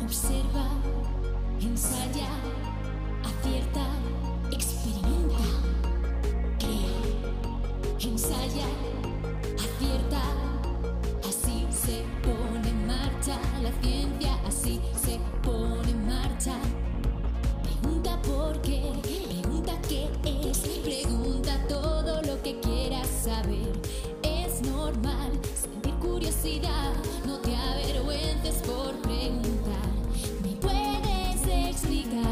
Observa, ensaya, acierta, experimenta, crea, ensaya, acierta. Así se pone en marcha la ciencia, así se pone en marcha. Pregunta por qué, pregunta qué es, pregunta todo lo que quieras saber. Es normal sentir curiosidad, no te avergüences por preguntar. ¿Me puedes explicar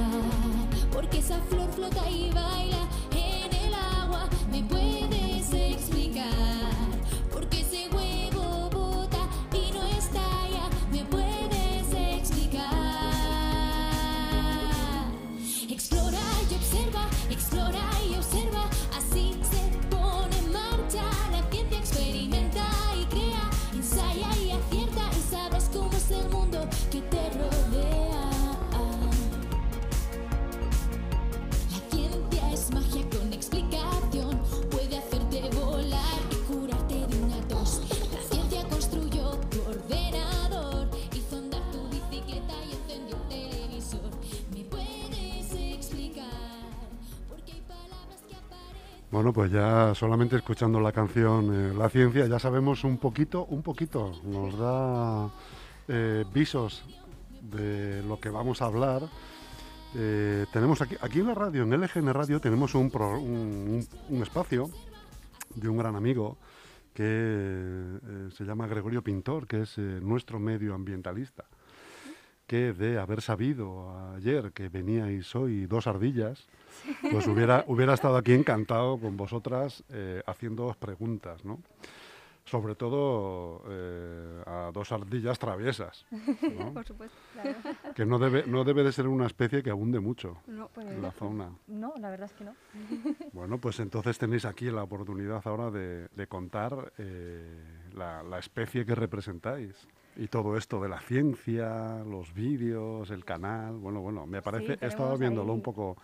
por qué esa flor flota y baila en el agua? ¿Me puedes explicar por qué ese huevo bota y no estalla? ¿Me puedes explicar? Explora y observa, explora y observa, así se pone en marcha la ciencia, experimenta y crea, ensaya y acierta y sabrás cómo es el mundo que te rodea. La ciencia es magia con explicación, puede hacerte volar y curarte de una tos. La ciencia construyó tu ordenador, hizo andar tu bicicleta y encendió un televisor. ¿Me puedes explicar por qué hay palabras que aparecen? Bueno, pues ya solamente escuchando la canción eh, La Ciencia ya sabemos un poquito, un poquito, nos da eh, visos de lo que vamos a hablar. Eh, tenemos aquí, aquí en la radio, en LGN Radio, tenemos un, pro- un- un- un espacio de un gran amigo que eh, se llama Gregorio Pintor, que es eh, nuestro medioambientalista, que de haber sabido ayer que veníais hoy dos ardillas, pues hubiera, hubiera estado aquí encantado con vosotras eh, haciéndoos preguntas, ¿no? Sobre todo eh, a dos ardillas traviesas, ¿no? Por supuesto, claro. que no debe, no debe de ser una especie que abunde mucho No, pues, en la zona. No, la verdad es que no. Bueno, pues entonces tenéis aquí la oportunidad ahora de, de contar eh, la, la especie que representáis. Y todo esto de la ciencia, los vídeos, el canal, bueno, bueno, me parece, he estado tenemos viéndolo ahí- un poco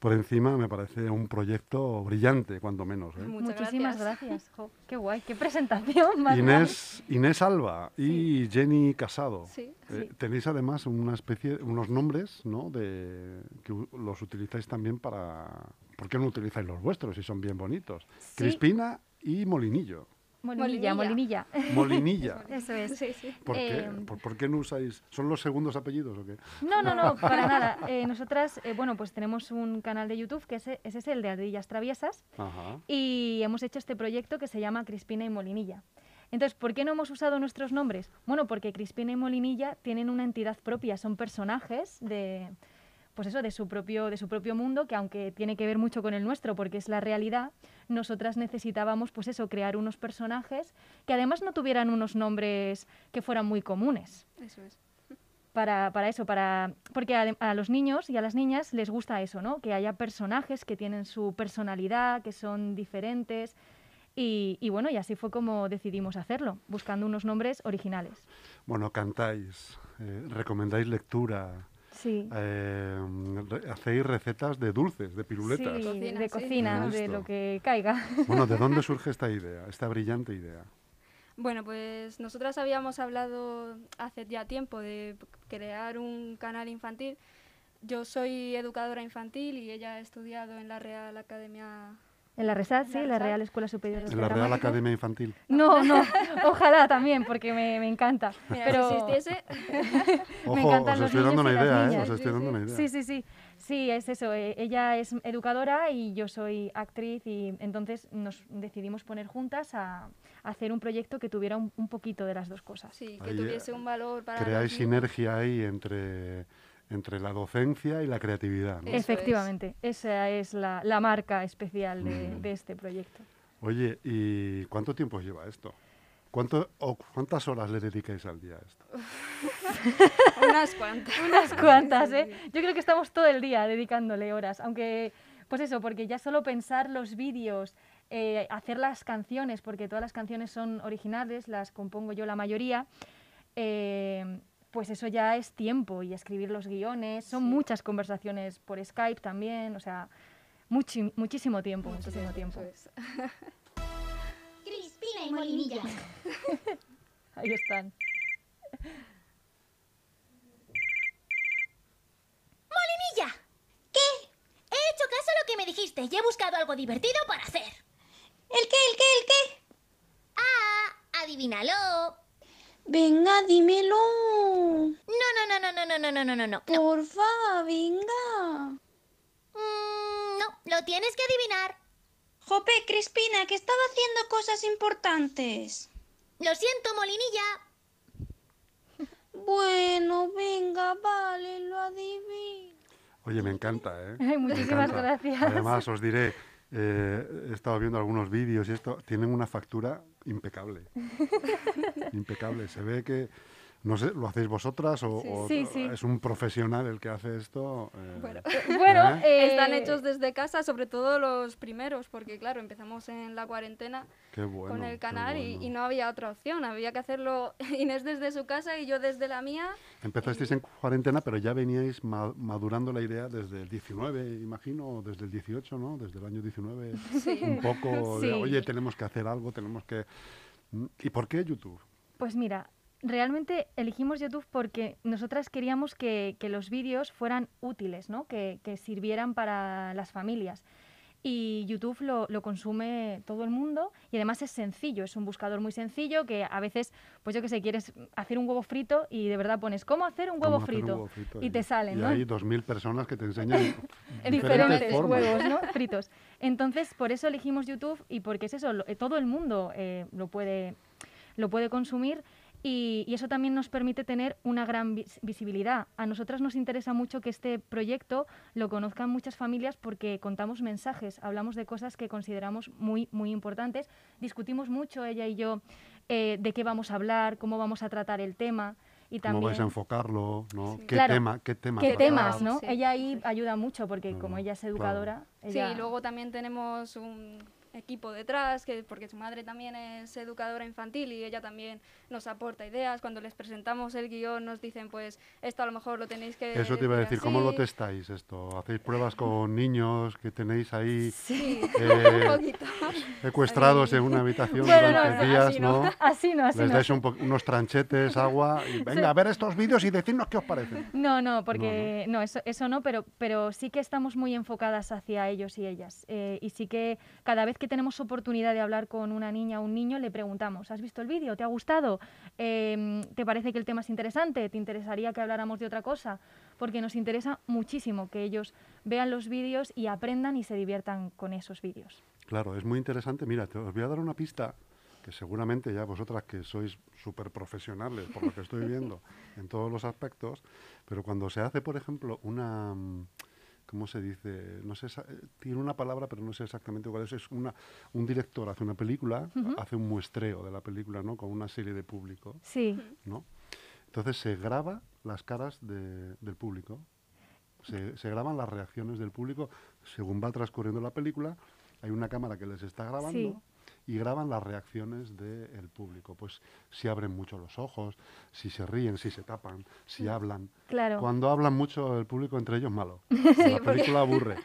por encima, me parece un proyecto brillante, cuanto menos. ¿eh? muchas Muchísimas gracias. gracias. Jo, qué guay, qué presentación. más Inés, Inés Alba y Jenny Casado. Sí. Eh, Sí. Tenéis además una especie, unos nombres, ¿no? De, que u- los utilizáis también para. ¿Por qué no utilizáis los vuestros si son bien bonitos? Crispina y Molinillo. Molinilla, molinilla. Molinilla. Eso es. Sí, sí. ¿Por, Eh, qué? ¿Por, por qué no usáis? ¿Son los segundos apellidos o qué? No, no, no, para nada. Eh, nosotras, eh, bueno, pues tenemos un canal de YouTube que ese, ese es el de Ardillas Traviesas Ajá. y hemos hecho este proyecto que se llama Crispina y Molinilla. Entonces, ¿por qué no hemos usado nuestros nombres? Bueno, porque Crispina y Molinilla tienen una entidad propia, son personajes de pues eso, de su propio de su propio mundo que aunque tiene que ver mucho con el nuestro porque es la realidad, nosotras necesitábamos pues eso, crear unos personajes que además no tuvieran unos nombres que fueran muy comunes Eso es. para, para eso, para porque a, a los niños y a las niñas les gusta eso, ¿no? Que haya personajes que tienen su personalidad, que son diferentes. Y, y bueno, y así fue como decidimos hacerlo, buscando unos nombres originales. Bueno, cantáis, eh, recomendáis lectura, Sí. Ah, eh, re- hacéis recetas de dulces, de piruletas. Sí, Cocina, de sí. cocina, Justo. de lo que caiga. Bueno, ¿de dónde surge esta idea, esta brillante idea? Bueno, pues nosotras habíamos hablado hace ya tiempo de crear un canal infantil. Yo soy educadora infantil y ella ha estudiado en la Real Academia. En la RESAT, La sí, la Resat. Real Escuela Superior de En la Real Dramático. Academia Infantil. No, no, ojalá también, porque me, me encanta. Mira, Pero... si existiese, Me Ojo, encantan os los estoy dando una niños y las idea, ¿eh? niñas. Os Sí, estoy dando sí. una idea. Sí, sí, sí. Sí, es eso. eh, ella es educadora y yo soy actriz y entonces nos decidimos poner juntas a, a hacer un proyecto que tuviera un, un poquito de las dos cosas. sí, que Ahí, eh, tuviese un valor para. Creáis los niños. sinergia ahí entre, entre la docencia y la creatividad. ¿no? Eh. Eso es. Efectivamente, esa es la, la marca especial de, Mm. de este proyecto. Oye, ¿y cuánto tiempo lleva esto? ¿Cuánto, o ¿Cuántas horas le dedicáis al día a esto? Unas cuantas. Unas cuantas, ¿eh? Yo creo que estamos todo el día dedicándole horas, aunque, pues eso, porque ya solo pensar los vídeos, eh, hacer las canciones, porque todas las canciones son originales, las compongo yo la mayoría, eh, pues eso ya es tiempo y escribir los guiones, son Sí. muchas conversaciones por Skype también, o sea, muchi- muchísimo tiempo, muchísimo tiempo. Eso es. Crispina y Molinilla. Ahí están. triste y he buscado algo divertido para hacer. ¿El qué, el qué, el qué? Ah, adivínalo. Venga, dímelo. No, no, no, no, no, no, no, no, no, no, no. Porfa, venga. Mm, no, lo tienes que adivinar. Jope, Crispina, que estaba haciendo cosas importantes. Lo siento, Molinilla. Bueno, venga, vale, lo adivino. Oye, me encanta, ¿eh? Ay, Me muchísimas encanta. gracias. Además, os diré, eh, he estado viendo algunos vídeos y esto, tienen una factura impecable. impecable. Se ve que, no sé, ¿lo hacéis vosotras o, Sí, o sí, sí. es un profesional el que hace esto? Eh, Bueno. Bueno, ¿eh? eh, Están hechos desde casa, sobre todo los primeros, porque claro, empezamos en la cuarentena Qué bueno, con el qué canal y- bueno. y, no había otra opción. Había que hacerlo Inés desde su casa y yo desde la mía. Empezasteis en cuarentena, pero ya veníais ma- madurando la idea desde el 19, imagino, o desde el 18, ¿no? Desde el año 19. Un poco de, Sí. oye, tenemos que hacer algo, tenemos que... Mm, ¿Y por qué YouTube? Pues mira, realmente elegimos YouTube porque nosotras queríamos que, que los vídeos fueran útiles, ¿no? Que, que sirvieran para las familias. Y YouTube lo, lo consume todo el mundo y además es sencillo, es un buscador muy sencillo que a veces, pues yo que sé, quieres hacer un huevo frito y de verdad pones cómo hacer un huevo, ¿Cómo hacer un frito? huevo frito? y te salen, y ¿no? hay 2.000 personas que te enseñan diferentes, en diferentes formas. huevos ¿no? fritos. Entonces, por eso elegimos YouTube y porque es eso, lo- eh, todo el mundo eh, lo, puede, lo puede consumir y, y eso también nos permite tener una gran vis- visibilidad. A nosotras nos interesa mucho que este proyecto lo conozcan muchas familias porque contamos mensajes, hablamos de cosas que consideramos muy, muy importantes, discutimos mucho ella y yo eh, de qué vamos a hablar, cómo vamos a tratar el tema. Y ¿Cómo también vais a enfocarlo? ¿no? ¿Qué, Claro. tema, ¿Qué tema? qué tratar? temas, ¿no? Sí, ella ahí ayuda mucho porque No, como ella es claro. educadora, ella- Sí, y luego también tenemos un equipo detrás, que, porque su madre también es educadora infantil y ella también nos aporta ideas. Cuando les presentamos el guión nos dicen, pues esto a lo mejor lo tenéis que... Eso te iba a decir, ¿cómo lo así. testáis esto? ¿Hacéis pruebas con niños que tenéis ahí Sí, eh, un poquito. secuestrados en una habitación Bueno, no, durante no, días, así no? no. Así no, así Les no. dais un po- unos tranchetes, agua, y venga, a ver estos vídeos y decidnos qué os parecen. No, no, porque no, eso, eso no, pero, pero sí que estamos muy enfocadas hacia ellos y ellas. Eh, y sí que cada vez que tenemos oportunidad de hablar con una niña o un niño, le preguntamos, ¿has visto el vídeo? ¿Te ha gustado? Eh, ¿Te parece que el tema es interesante? ¿Te interesaría que habláramos de otra cosa? Porque nos interesa muchísimo que ellos vean los vídeos y aprendan y se diviertan con esos vídeos. Claro, es muy interesante. Mira, te, os voy a dar una pista que seguramente ya vosotras que sois súper profesionales, por lo que estoy viendo, en todos los aspectos, pero cuando se hace, por ejemplo, una... mm, ¿Cómo se dice? No sé, esa- eh, tiene una palabra, pero no sé exactamente cuál es. Es una, un director hace una película, hace un muestreo de la película, ¿no? Con una serie de público, Sí, ¿no? Entonces se graba las caras de- del público, se, se graban las reacciones del público según va transcurriendo la película. Hay una cámara que les está grabando Sí. y graban las reacciones del público. Pues si abren mucho los ojos, si se ríen, si se tapan, si hablan. claro. Cuando hablan mucho el público entre ellos, malo. la película aburre.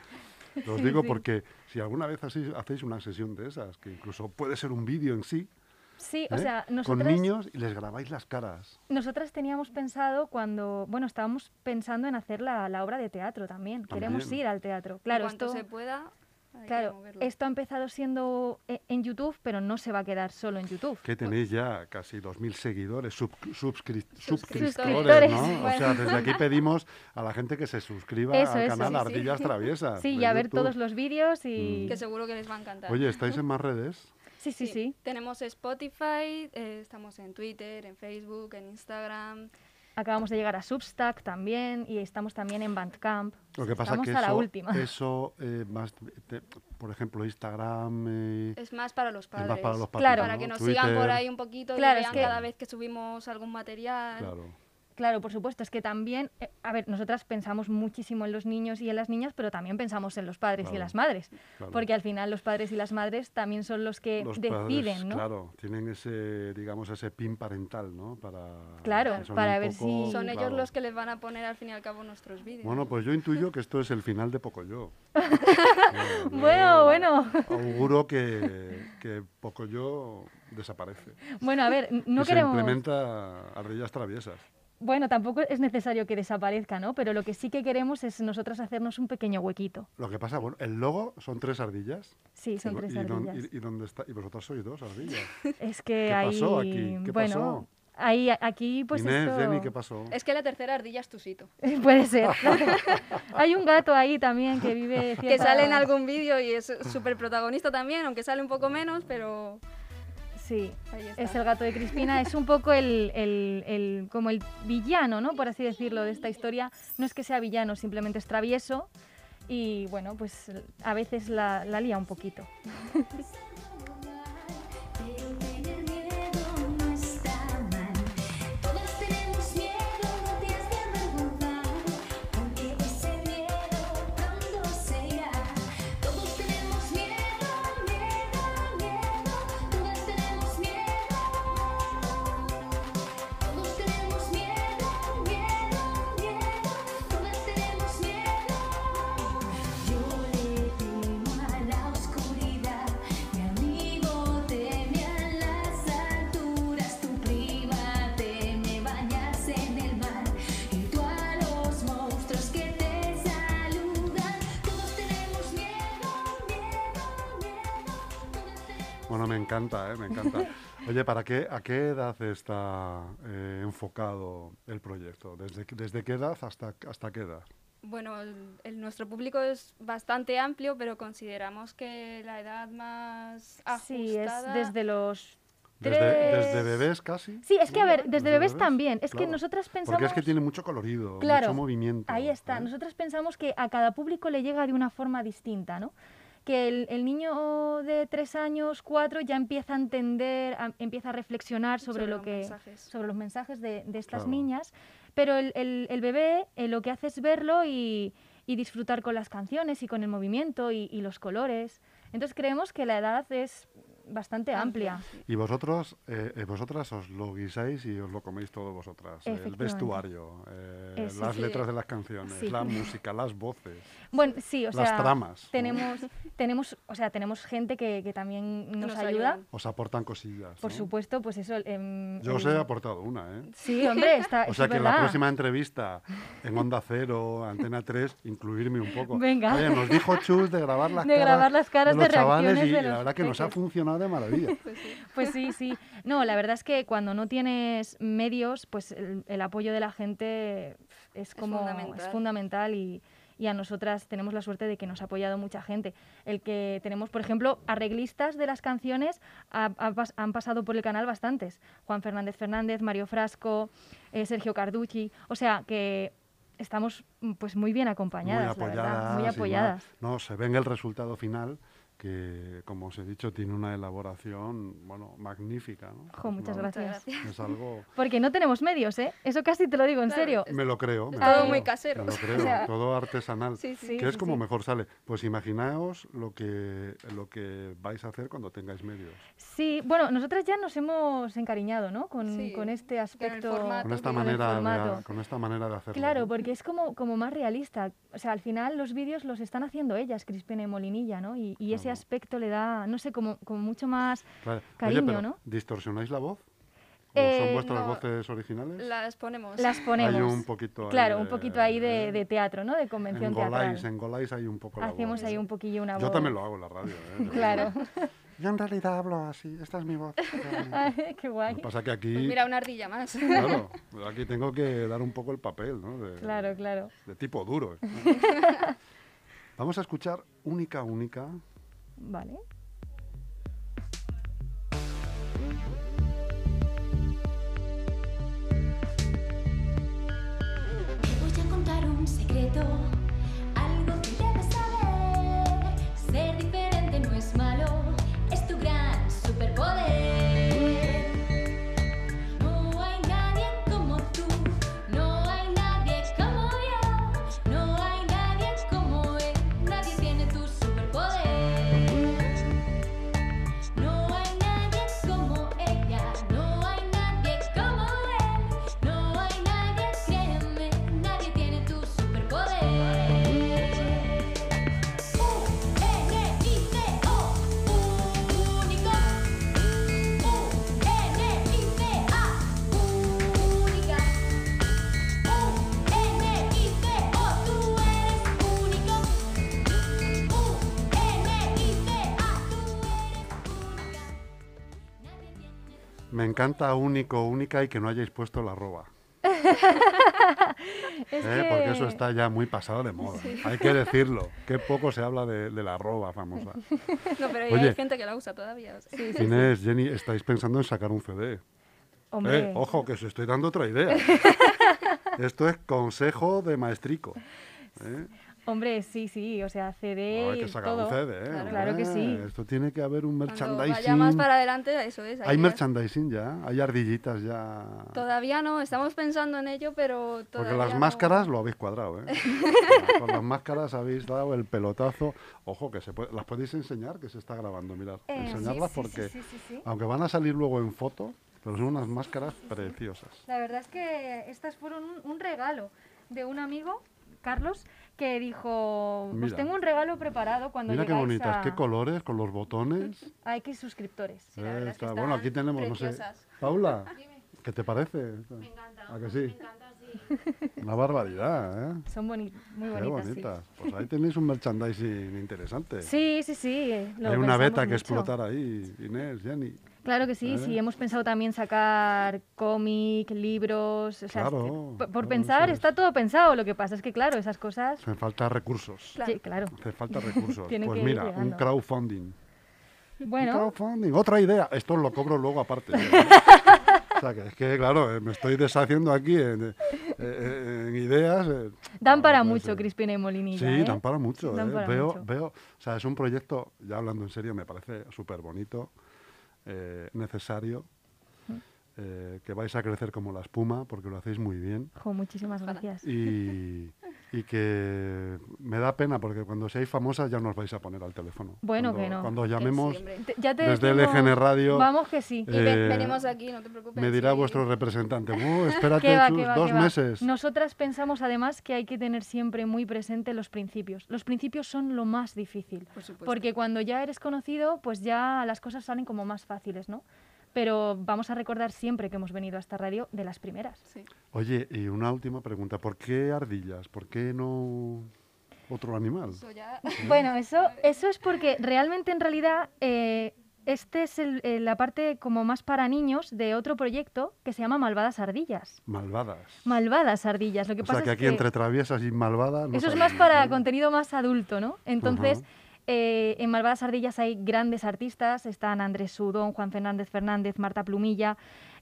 Los Sí, digo sí. porque si alguna vez así hacéis una sesión de esas, que incluso puede ser un vídeo en sí, Sí, o ¿eh? sea, con nosotras... niños y les grabáis las caras. Nosotras teníamos pensado cuando, bueno, estábamos pensando en hacer la, la obra de teatro también. Queremos También. ir al teatro. Claro, cuanto esto, se pueda. hay que claro moverlo. esto ha empezado siendo e- en YouTube, pero no se va a quedar solo en YouTube. Que tenéis ya casi 2.000 seguidores, sub- subscri- Suscriptores. suscriptores, ¿no? O Suscriptores. sea, desde aquí pedimos a la gente que se suscriba Eso, al eso, canal sí, sí. Ardillas Traviesas. Sí, de y a ver YouTube. Mm. todos los vídeos y... Que seguro que les va a encantar. Oye, ¿estáis en más redes? Sí, sí, sí. Tenemos Spotify, eh, estamos en Twitter, en Facebook, en Instagram. Acabamos de llegar a Substack también y estamos también en Bandcamp. Lo que pasa estamos que a la eso, última. eso eh, más, te- por ejemplo, Instagram, eh, Es más para los es padres. más para los papis, Claro. Para ¿no? que nos Twitter, sigan por ahí un poquito Claro, y es vean que- cada vez que subimos algún material. Claro. Claro, por supuesto, es que también, eh, a ver, nosotras pensamos muchísimo en los niños y en las niñas, pero también pensamos en los padres y Claro, en las madres, claro. porque al final los padres y las madres también son los que Los eh, deciden, padres, ¿no? claro, tienen ese, digamos, ese pin parental, ¿no? Para, Claro, que son para un ver poco- si- Son ellos claro. los que les van a poner al fin y al cabo nuestros vídeos. Bueno, pues yo intuyo que esto es el final de Pocoyo. yo. Bueno, bueno. Auguro que, que Pocoyo desaparece. Bueno, a ver, n- no que queremos. Se implementa ardillas traviesas. Bueno, tampoco es necesario que desaparezca, ¿no? Pero lo que sí que queremos es nosotras hacernos un pequeño huequito. Lo que pasa, bueno, el logo son tres ardillas. Sí, son y, tres y don- ardillas. y- y dónde está, y vosotros sois dos ardillas. Es que ¿Qué ahí... pasó aquí? ¿Qué bueno, pasó? ahí, aquí pues Inés, esto... Jenny, ¿qué pasó? Es que la tercera ardilla es Tusito. Puede ser. Hay un gato ahí también que vive... Que cierta- sale en algún vídeo y es súper protagonista también, aunque sale un poco menos, pero Sí, ahí está. es el gato de Crispina. Es un poco el, el- el- como el villano, ¿no? Por así decirlo, de esta historia. No es que sea villano, simplemente es travieso. Y bueno, pues a veces la, la lía un poquito. Pero tener miedo no está mal. Todas tenemos miedo, no te has de avergonzar. Porque ese miedo pronto se irá. Todos tenemos miedo, miedo, miedo. Todas tenemos miedo. Todos tenemos miedo, miedo, miedo. Todas tenemos miedo. Yo le temo a la oscuridad, mi amigo teme a las alturas, tu prima teme bañarse en el mar, y tú a los monstruos que te saludan, todos tenemos miedo, miedo, miedo, todos tenemos Bueno, me encanta, ¿eh? me encanta. Oye, ¿para qué, ¿a qué edad está eh, enfocado el proyecto? ¿Desde, desde qué edad hasta, hasta qué edad? Bueno, el, el- nuestro público es bastante amplio, pero consideramos que la edad más Sí, es ajustada... desde los... ¿Desde, Tres. desde bebés casi? Sí, es que a ver, Desde desde bebés bebés, también. Es claro. que nosotras pensamos... Porque es que tiene mucho colorido, Claro, mucho movimiento. Ahí está. ¿eh? Nosotros pensamos que a cada público le llega de una forma distinta, ¿no? Que el, el niño de tres años, cuatro, ya empieza a entender, a- empieza a reflexionar sobre, Sobre lo los que, mensajes. sobre los mensajes de, de estas Claro. niñas. Pero el, el- el bebé eh, lo que hace es verlo y, y disfrutar con las canciones y con el movimiento y, y los colores. Entonces creemos que la edad es bastante amplia. Y vosotros, eh, eh, vosotras os lo guisáis y os lo coméis todo vosotras. eh, El Efectivamente. vestuario, eh, Eso las sí. letras de las canciones, Sí. la música, las voces. Bueno, sí, o Las sea, tramas, ¿no? tenemos, tenemos, o sea, tenemos gente que, que también nos, Nos ayuda. ayudan. Os aportan cosillas. Por ¿no? supuesto, pues eso. em, Yo os em, he aportado una, ¿eh? Sí, hombre, O está. Ah, es sea que en la verdad. próxima entrevista en Onda Cero, Antena 3, incluirme un poco. Venga. Oye, nos dijo Chus de grabar las De caras grabar las caras de los de chavales y reacciones de la los verdad que nos ha peques. funcionado de maravilla. Pues sí, sí. No, la verdad es que cuando no tienes medios, pues el, el apoyo de la gente pf, es como fundamental. es fundamental y, y a nosotras tenemos la suerte de que nos ha apoyado mucha gente. El que tenemos, por ejemplo, arreglistas de las canciones ha- ha pas- han pasado por el canal bastantes. Juan Fernández Fernández, Mario Frasco, eh, Sergio Carducci. O sea que estamos mm, pues muy bien acompañadas, muy la apoyadas. verdad, muy y más. apoyadas. No, se ve en el resultado final que, como os he dicho, tiene una elaboración, bueno, magnífica. ¿no? Jo, muchas No, gracias. Es algo... Porque no tenemos medios, ¿eh? Eso casi te lo digo, en Claro, serio. Me lo creo. me Es lo todo creo, muy casero. Me lo creo, O sea, todo artesanal. Sí, sí. que es sí, como sí. mejor sale. Pues imaginaos lo que, lo que vais a hacer cuando tengáis medios. Sí, bueno, nosotras ya nos hemos encariñado, ¿no? Con, Sí, con este con el aspecto. formato. Con esta, Con el manera de, formato. con esta manera de hacerlo. Claro, ¿no? porque es como, como más realista. O sea, al final los vídeos los están haciendo ellas, Crispina y Molinilla, ¿no? Y, y ese Claro. aspecto le da, no sé, como, como mucho más... Claro. cariño, Oye, pero, ¿no? ¿Distorsionáis la voz? ¿O Eh, son vuestras no. voces originales? Las ponemos. Las ponemos. Hay un poquito ahí claro, un de- poquito ahí de, de teatro, ¿no? De convención Engoláis, teatral. engoláis ahí un poco la voz. Hacemos ahí un poquillo una Yo voz. también lo hago en la radio. ¿eh? Yo- Claro. Yo en realidad hablo así, esta es mi voz. Lo Ay, Qué guay. que pasa que aquí, Pues mira, una ardilla más. claro, aquí tengo que dar un poco el papel, ¿no? De, Claro, claro. de tipo duro. ¿no? Vamos a escuchar Única Única. Vale. Te voy a contar un secreto, algo que debes saber. Ser diferente no es malo, es tu gran superpoder. No hay nadie como tú, no hay nadie como yo, no hay nadie como él, nadie tiene tu superpoder. Me encanta único, única y que no hayáis puesto la arroba. Es ¿eh? que- Porque eso está ya muy pasado de moda. Hay que decirlo. Qué poco se habla de, de la arroba famosa. No, pero Oye. hay gente que la usa todavía. o sea. Inés, Jenny, estáis pensando en sacar un CD. Hombre, Eh, ojo, que os estoy dando otra idea. Esto es consejo de maestrico. ¿eh? hombre, sí, sí, o sea, CD Ahora hay que y sacar todo. un CD. ¿eh? Claro, claro que Hombre, sí. Esto tiene que haber un Cuando merchandising. vaya más para adelante, eso es. Hay ahí ya- merchandising ya, hay ardillitas ya. Todavía no, estamos pensando en ello, pero todavía Porque las no. máscaras lo habéis cuadrado, ¿eh? Con las máscaras habéis dado el pelotazo. Ojo, que se puede- las podéis enseñar, que se está grabando, mirad. Eh, sí, Enseñarlas sí, sí, porque, sí, sí, sí. aunque van a salir luego en foto, pero son unas máscaras preciosas. La verdad es que estas fueron un, un regalo de un amigo, Carlos, que dijo, os Mira. tengo un regalo preparado cuando Mira qué llegáis bonitas, a, qué colores, con los botones. a X suscriptores. Eh, está- bueno, aquí tenemos, no sé. Paula, ¿qué te parece? Me encanta. ¿A que sí? Me encanta, sí. Una barbaridad, ¿eh? Son boni- muy qué bonitas, sí. bonitas. Pues ahí tenéis un merchandising interesante. Sí, sí, sí. eh, lo Hay una pensamos beta que mucho. explotar ahí, Inés, Jenny. Claro que sí, ¿Eh? sí. Hemos pensado también sacar cómic, libros. o sea, Claro, este- por- por, claro, pensar, eso es. está todo pensado. Lo que pasa es que, claro, esas cosas. Hacen falta recursos. Sí, claro. Hace falta recursos. Tienen pues que ir mira, un llegando. crowdfunding. Un Bueno, crowdfunding, otra idea. Esto lo cobro luego aparte. ¿eh? o sea, que es que, claro, eh, me estoy deshaciendo aquí en, eh, eh, en ideas. eh. dan No, para no puede mucho, ser. Crispina y Molinilla. Sí, ¿eh? dan para mucho. Dan ¿eh? para veo, mucho. veo, o sea, es un proyecto, ya hablando en serio, me parece súper bonito, eh, necesario, Mm. eh, que vais a crecer como la espuma, porque lo hacéis muy bien. Jo, muchísimas gracias. Y, y que me da pena, porque cuando seáis famosas ya nos vais a poner al teléfono. Bueno, cuando, que no. Cuando Que sí, llamemos, hombre. Te- ya te desde decimos- LGN Radio, Vamos que sí. Y ve- eh, venimos aquí, no te preocupes. me dirá y- vuestro representante, "Uh, ¿Qué espérate, va, Chus, qué va, dos qué va? meses. Nosotras pensamos además que hay que tener siempre muy presente los principios. Los principios son lo más difícil. Por Pues supuesto. porque cuando ya eres conocido, pues ya las cosas salen como más fáciles, ¿no? Pero vamos a recordar siempre que hemos venido a esta radio de las primeras. Sí. Oye, y una última pregunta, ¿por qué ardillas? ¿Por qué no otro animal? Eso ya- Bueno, eso, eso es porque realmente en realidad eh, este es el- eh, la parte como más para niños de otro proyecto que se llama Malvadas Ardillas. Malvadas. Malvadas Ardillas. Lo que o pasa sea, que es aquí entre traviesas y malvadas... no Eso es sabemos, más para ¿no? contenido más adulto, ¿no? Entonces, Ajá. eh, en Malvadas Ardillas hay grandes artistas, están Andrés Sudón, Juan Fernández Fernández, Marta Plumilla,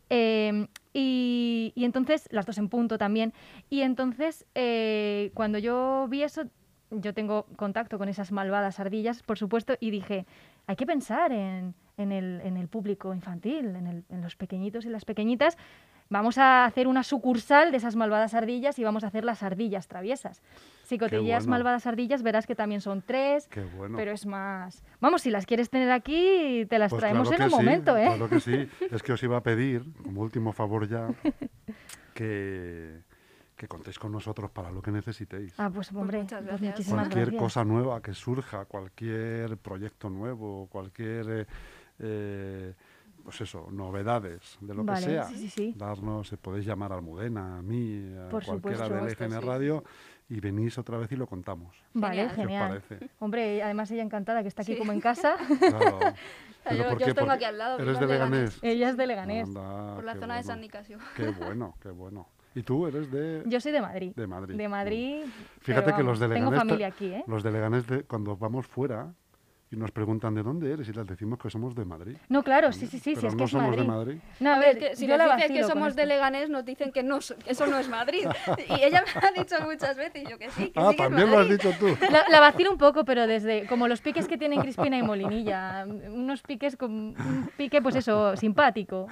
eh, y, y entonces, las dos en punto también, y entonces, eh, cuando yo vi eso, yo tengo contacto con esas malvadas ardillas, por supuesto, y dije, hay que pensar en, en el, en el público infantil, en, el- en los pequeñitos y las pequeñitas. Vamos a hacer una sucursal de esas malvadas ardillas y vamos a hacer las ardillas traviesas. Si cotillas bueno. malvadas ardillas, verás que también son tres, Qué bueno. pero es más... Vamos, si las quieres tener aquí, te las Pues traemos claro en un que sí, momento, ¿eh? Claro que sí. Es que os iba a pedir, como último favor ya, que, que contéis con nosotros para lo que necesitéis. Ah, pues hombre, muchas pues gracias. muchísimas cualquier gracias. cosa nueva que surja, cualquier proyecto nuevo, cualquier, eh, eh, pues eso, novedades de lo Vale, que sea. sí, sí, sí. Darnos, eh, podéis llamar a Almudena, a mí, a Por cualquiera supuesto. de LGN Radio y venís otra vez y lo contamos. Vale, ¿Qué os genial. parece? Hombre, además ella encantada que está aquí como en casa. Claro. yo- yo estoy aquí al lado, ¿Eres vivo de en Leganés. Leganés? ella es de Leganés. Anda, por la Ah, qué zona de bueno. San Nicasio. Qué bueno, qué bueno. ¿Y tú eres de...? Yo soy de Madrid. De Madrid. De Madrid. Fíjate pero que los vamos, de Leganés... Tengo te- familia aquí, ¿eh? Los de Leganés, de- cuando vamos fuera y nos preguntan de dónde eres y les decimos que somos de Madrid. No, claro, sí, sí, sí, Pero sí, es no que es somos Madrid. de Madrid. No, a Hombre, ver, es que si yo nos la dices que vacilo con somos de esto. Leganés, nos dicen que no, so- que eso no es Madrid. y ella me ha dicho muchas veces, y yo que sí, que Ah, sí que es también lo has Madrid. dicho tú. La, la vacilo un poco, pero desde como los piques que tienen Crispina y Molinilla, unos piques con un pique, pues eso, simpático.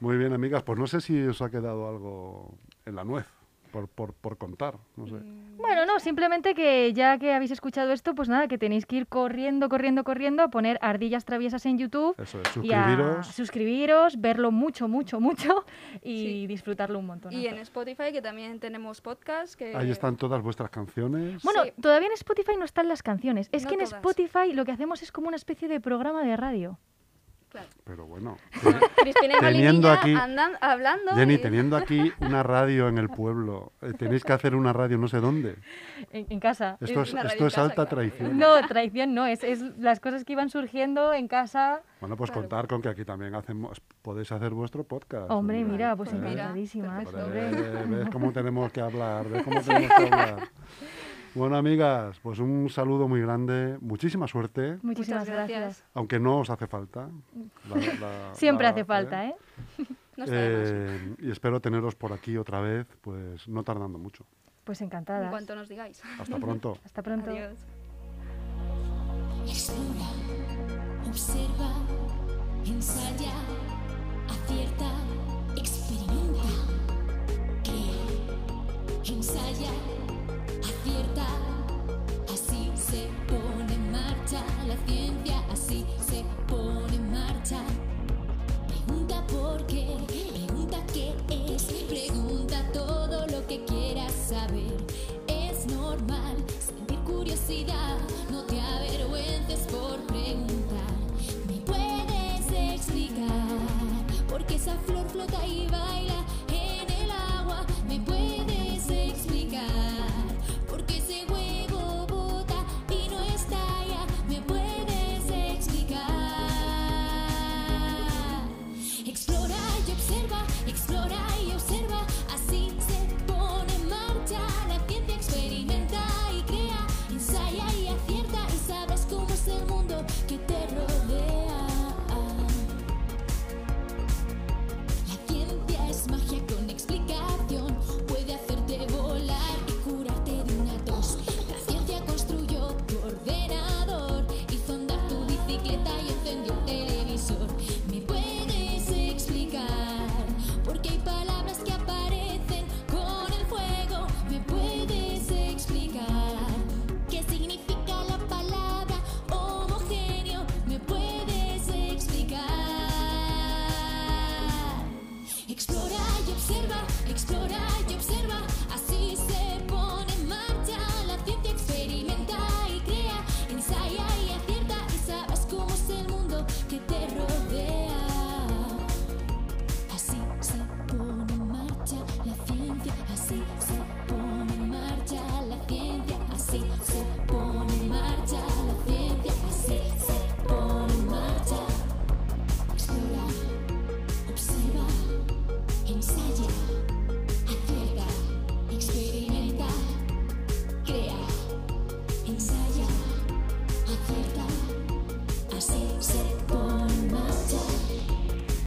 Muy bien, amigas. Pues no sé si os ha quedado algo en la nuez por, por, por contar. No sé. Bueno, no, simplemente que ya que habéis escuchado esto, pues nada, que tenéis que ir corriendo, corriendo, corriendo a poner ardillas traviesas en YouTube. Eso es, y a suscribiros. suscribiros, verlo mucho, mucho, mucho y Sí. disfrutarlo un montón. Y en Spotify, que también tenemos podcast. Que... Ahí están todas vuestras canciones. Bueno, Sí. todavía en Spotify no están las canciones. Es No que en todas. Spotify lo que hacemos es como una especie de programa de radio. Claro. Pero bueno, Cristina y Teniendo Molinilla aquí- andan, hablando. Jenny, de- teniendo aquí una radio en el pueblo, eh, tenéis que hacer una radio no sé dónde. en, en casa. Esto es, Una radio esto en es casa, alta claro. traición. No, traición no, es, es las cosas que iban surgiendo en casa. Bueno, pues Claro. contar con que aquí también hacemos, podéis hacer vuestro podcast. Hombre, mira, pues pues mira, encantadísimas, Hombre, hombre. ¿Ves cómo tenemos que hablar? ¿Ves cómo tenemos que hablar? Bueno, amigas, pues un saludo muy grande, muchísima suerte, Muchísimas Muchas gracias. gracias. aunque no os hace falta. la- la- Siempre la- hace falta, ¿eh? No está de más. Eh, y espero teneros por aquí otra vez, pues no tardando mucho. Pues En encantada. cuanto nos digáis. Hasta pronto. Hasta pronto. Adiós. Explora, observa, ensaya, acierta, experimenta, crea, ensaya, acierta. Así se pone en marcha la ciencia, así se pone en marcha. Pregunta por qué, pregunta qué es, pregunta todo lo que quieras saber. Es normal sentir curiosidad,